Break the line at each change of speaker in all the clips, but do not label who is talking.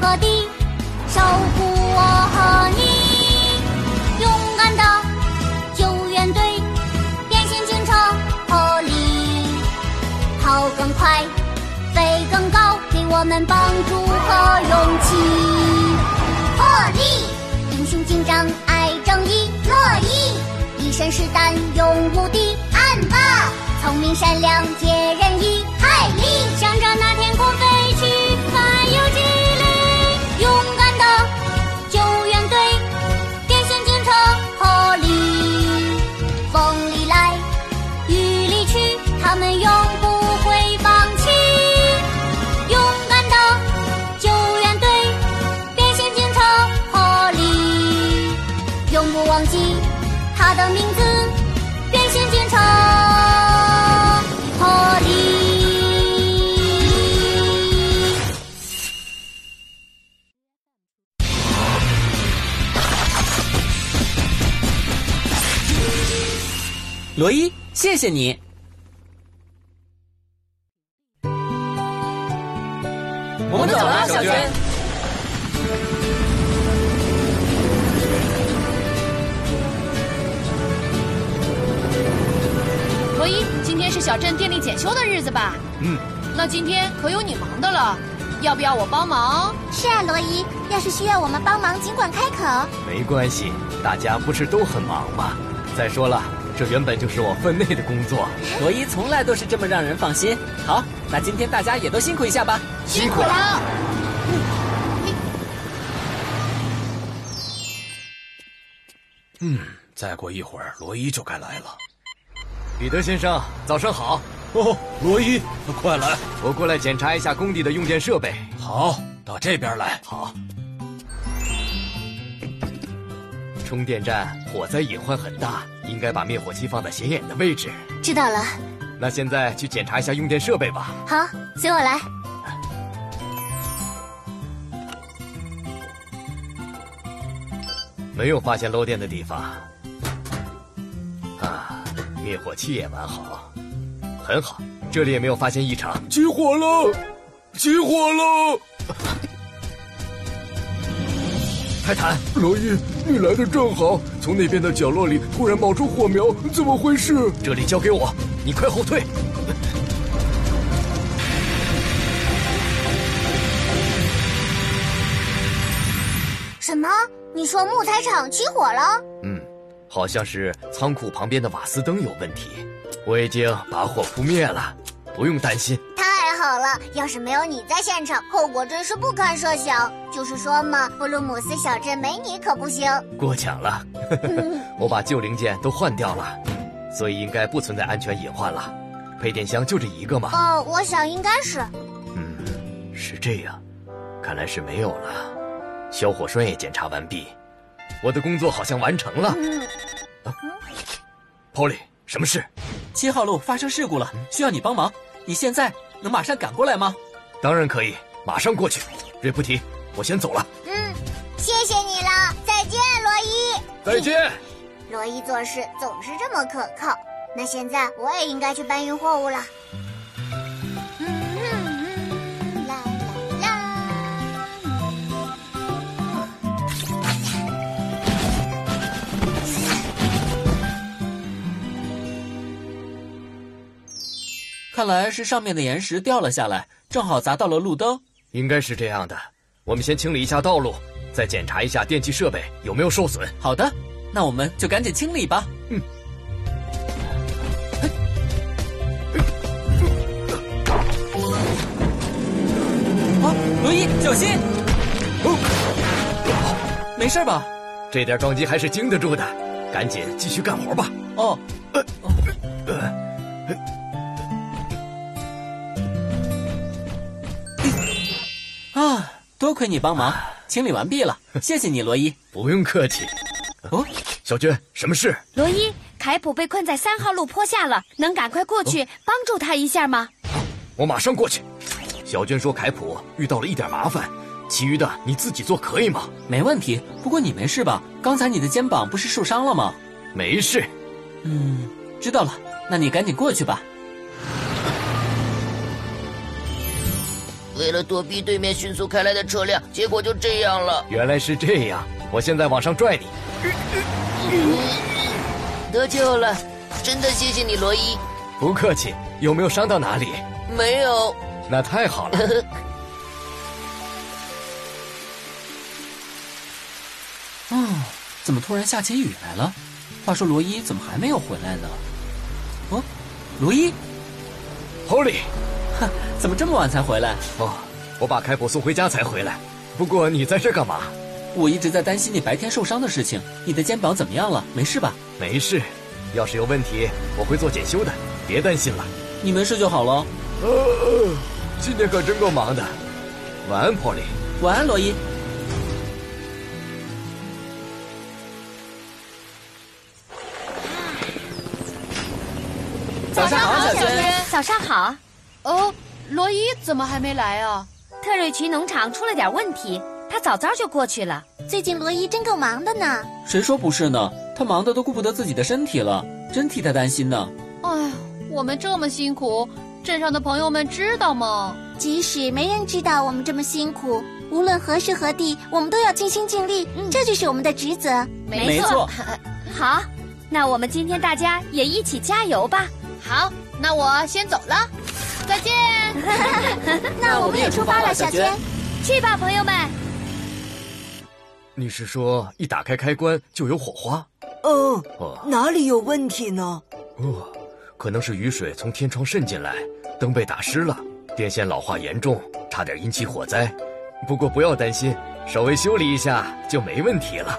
个地，守护我和你。勇敢的救援队，变形警车合力，跑更快，飞更高，给我们帮助和勇气。破例，英雄警长爱正义，乐意一身是胆勇无敌，暗霸聪明善良解人意，泰力向着那天空飞去，还有激励，勇敢的救援队，变形警车合力，风里来，雨里去，他们永不会放弃。勇敢的救援队，变形警车合力，永不忘记他的名字，变形警车合力。
罗伊，谢谢你。我们
走了小娟。罗伊，今天是小镇电力检修的日子吧？
嗯，
那今天可有你忙的了，要不要我帮忙？
是啊，罗伊，要是需要我们帮忙，尽管开口。
没关系，大家不是都很忙吗？再说了，这原本就是我分内的工作。
罗伊从来都是这么让人放心。好，那今天大家也都辛苦一下吧。
辛苦了。
再过一会儿，罗伊就该来了。
彼得先生，早上好，
哦，罗伊，快来！
我过来检查一下工地的用电设备。
好，到这边来。好，
充电站火灾隐患很大，应该把灭火器放在显眼的位置。
知道了，
那现在去检查一下用电设备吧。
好，随我来。
没有发现漏电的地方。啊，灭火器也完好，很好，这里也没有发现异常。
起火了！起火了！
泰坦，
罗伊，你来的正好，从那边的角落里突然冒出火苗，怎么回事？
这里交给我，你快后退。
什么？你说木材厂起火了？
嗯，好像是仓库旁边的瓦斯灯有问题，我已经把火扑灭了，不用担心。
太好了！要是没有你在现场，后果真是不堪设想。就是说嘛，布鲁姆斯小镇没你可不行。
过奖了， 我把旧零件都换掉了，所以应该不存在安全隐患了。配电箱就这一个吗？
哦，我想应该是。
嗯，是这样，看来是没有了。消火栓也检查完毕，我的工作好像完成了。
嗯，
Polly，什么事？
七号路发生事故了，需要你帮忙。你现在能马上赶过来吗？
当然可以，马上过去。瑞普提，我先走了。
谢谢你了，再见，罗伊。
再见。
罗伊做事总是这么可靠。那现在我也应该去搬运货物了。嗯嗯嗯啦啦啦
看来是上面的岩石掉了下来，正好砸到了路灯。
应该是这样的。我们先清理一下道路，再检查一下电气设备有没有受损。
好的，那我们就赶紧清理吧。嗯。啊，罗伊，小心！哦，没事吧？
这点撞击还是经得住的，赶紧继续干活吧。
哦，啊，多亏你帮忙，清理完毕了，谢谢你，罗伊。
不用客气。
哦，
小娟，什么事？
罗伊，凯普被困在三号路坡下了，能赶快过
哦
去帮助他一下吗？
我马上过去。小娟说凯普遇到了一点麻烦，其余的你自己做可以吗？
没问题。不过你没事吧？刚才你的肩膀不是受伤了吗？
没事。
嗯，知道了。那你赶紧过去吧。
为了躲避对面迅速开来的车辆，结果就这样了。
原来是这样，我现在往上拽你。
得救了，真的谢谢你，罗伊。
不客气，有没有伤到哪里？
没有，
那太好了。
嗯，怎么突然下起雨来了？话说罗伊怎么还没有回来呢？哦，罗伊，
Holy，
哼，怎么这么晚才回来？
哦，我把凯普送回家才回来。不过你在这干嘛？
我一直在担心你白天受伤的事情。你的肩膀怎么样了？没事吧？
没事，要是有问题我会做检修的，别担心了。
你没事就好了。
呃，今天可真够忙的。晚安，Polly。
晚安，罗伊。早上好，小娟。
早上好，
哦，罗伊怎么还没来啊？
特瑞奇农场出了点问题，他早早就过去了。
最近罗伊真够忙的呢。
谁说不是呢？他忙得都顾不得自己的身体了，真替他担心呢。
哎呀，我们这么辛苦，镇上的朋友们知道吗？
即使没人知道我们这么辛苦，无论何时何地，我们都要尽心尽力，这就是我们的职责。
没错，
好，那我们今天大家也一起加油吧。
好，那我先走了，再见。
那
我们也出发了小娟。
去吧，朋友们。
你是说一打开开关就有火花？
哦，
哦
哪里有问题呢？
哦，可能是雨水从天窗渗进来，灯被打湿了，电线老化严重，差点引起火灾。不过不要担心，稍微修理一下就没问题了。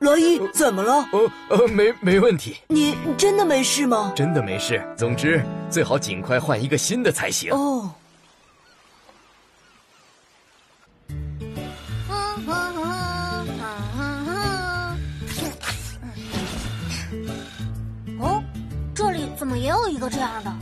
罗伊，怎么了？
哦呃，没没问题。
你真的没事吗？
真的没事。总之，最好尽快换一个新的才行。
哦，
哦，这里怎么也有一个这样的？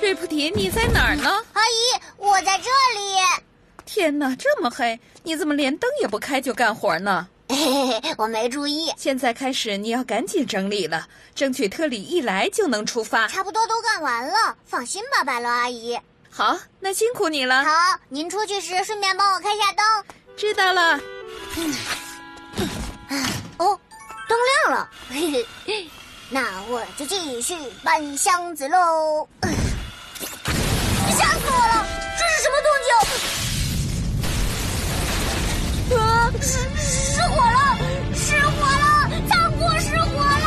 瑞普提，你在哪儿呢？
阿姨，我在这里。
天哪，这么黑，你怎么连灯也不开就干活呢？
嘿嘿嘿，我没注意，
现在开始，你要赶紧整理了，争取特里一来就能出发。
差不多都干完了，放心吧，白楼阿姨。
好，那辛苦你了。
好，您出去时顺便帮我开下灯。
知道了，
哦，灯亮了，嘿嘿，那我就继续搬箱子喽。 吓死我了！这是什么动静？啊，失失火了！失火了！仓库失火了！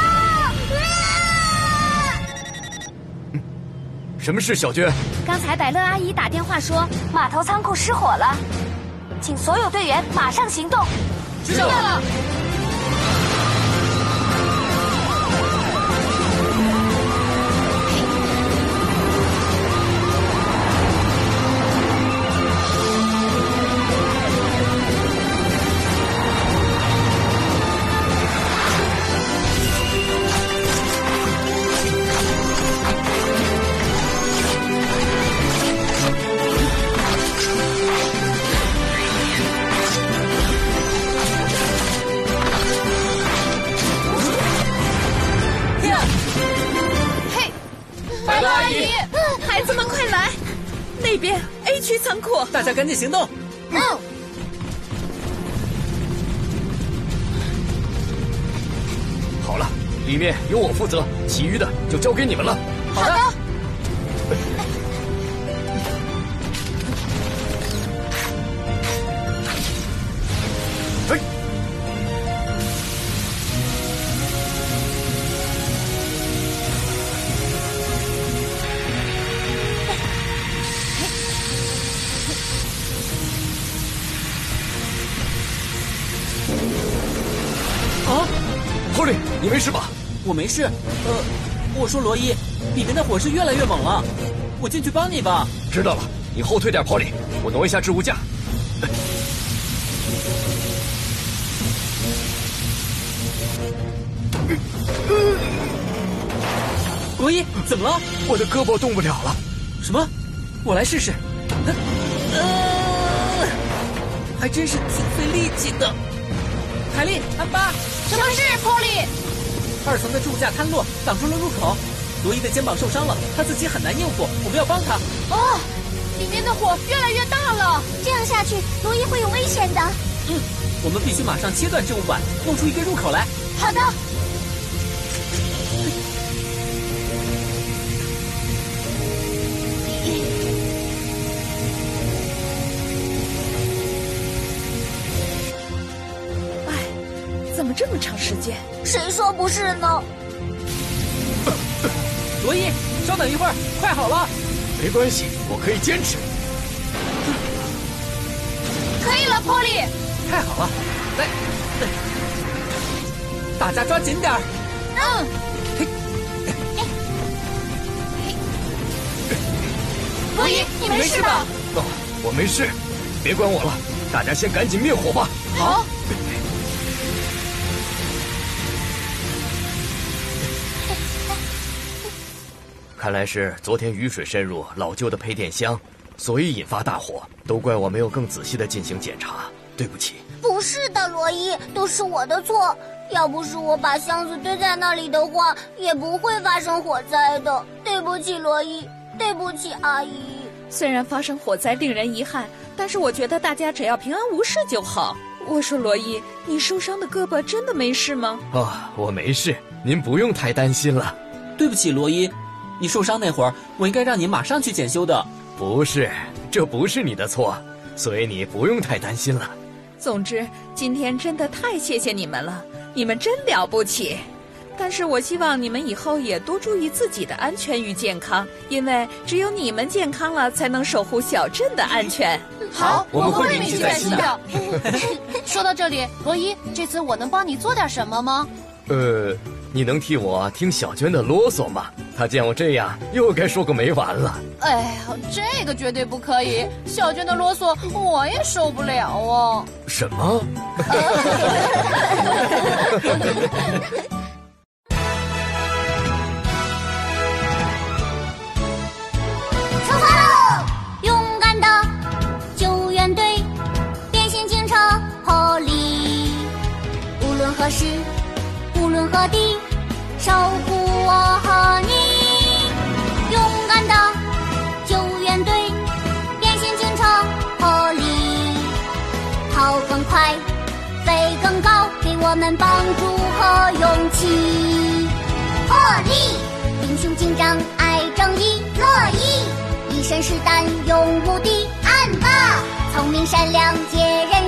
啊！
什么事，小娟？
刚才百乐阿姨打电话说，码头仓库失火了，请所有队员马上行动。
知道了。白乐阿姨，
孩子们快来，那边 A 区仓库。
大家赶紧行动！
哦
好了，里面由我负责，其余的就交给你们了。
好的。
哎，后里，你没事吧？
哦我没事。呃，我说罗伊，里面的火势越来越猛了，我进去帮你吧。
知道了，你后退点，Polly，我挪一下置物架。
罗伊，怎么了？
我的胳膊动不了了。
什么？我来试试。呃，还真是挺费力气的。凯莉，安巴，
什么事，波利？
二层的支架坍落，挡住了入口。罗伊的肩膀受伤了，他自己很难应付，我们要帮他。
哦，里面的火越来越大了，
这样下去罗伊会有危险的。
嗯，我们必须马上切断置物板，弄出一个入口来。
好的。
哎怎么这么长时间？
谁说不是呢？
罗伊，稍等一会儿，快好了。
没关系，我可以坚持。
可以了，波利。
太好了，来，大家抓紧点儿。
嗯。罗伊，你没事吧？
哦，我没事，别管我了，大家先赶紧灭火吧。
好。
看来是昨天雨水渗入老旧的配电箱，所以引发大火。都怪我没有更仔细的进行检查，对不起。
不是的，罗伊，都是我的错。要不是我把箱子堆在那里的话，也不会发生火灾的。对不起，罗伊，对不起，阿姨。
虽然发生火灾令人遗憾，但是我觉得大家只要平安无事就好。我说，罗伊，你受伤的胳膊真的没事吗？
啊、哦，我没事，您不用太担心了。
对不起，罗伊。你受伤那会儿，我应该让你马上去检修的。
不是，这不是你的错，所以你不用太担心了。
总之，今天真的太谢谢你们了，你们真了不起。但是我希望你们以后也多注意自己的安全与健康，因为只有你们健康了，才能守护小镇的安全。
好，我们会为
你
去担心的。
说到这里，罗伊，这次我能帮你做点什么吗？
呃。你能替我听小娟的啰嗦吗？她见我这样，又该说个没完了。
哎呀，这个绝对不可以！小娟的啰嗦我也受不了啊！
什么？
出发喽！勇敢的救援队，变形警察破例，无论何时。无论何地，守护我和你。勇敢的救援队，变形警察破例，跑更快，飞更高，给我们帮助和勇气。
破例，
英雄警长爱正义，
乐意，
一身是胆勇无敌，
暗霸，
聪明善良解人。